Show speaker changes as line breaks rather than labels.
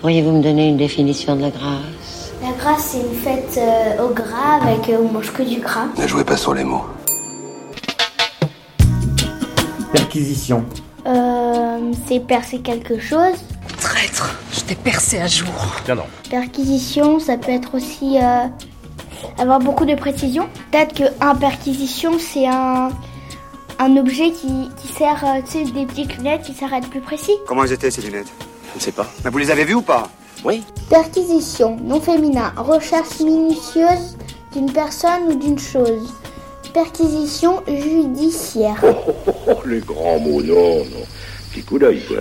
Pourriez-vous me donner une définition de la grâce
La grâce, c'est une fête euh, au gras avec euh, on mange que du gras.
Ne jouez pas sur les mots.
Perquisition.
Euh, c'est percer quelque chose.
Traître, je t'ai percé à jour.
Tiens non.
Perquisition, ça peut être aussi euh, avoir beaucoup de précision. Peut-être qu'un perquisition, c'est un, un objet qui, qui sert, euh, tu sais, des petites lunettes qui sert à être plus précis.
Comment elles étaient ces lunettes
Je ne sais pas.
Mais vous les avez vues ou pas
Perquisition, non féminin, recherche minutieuse d'une personne ou d'une chose. Perquisition judiciaire.
Oh, les grands mots, non, non. Petit coup d'œil, quoi.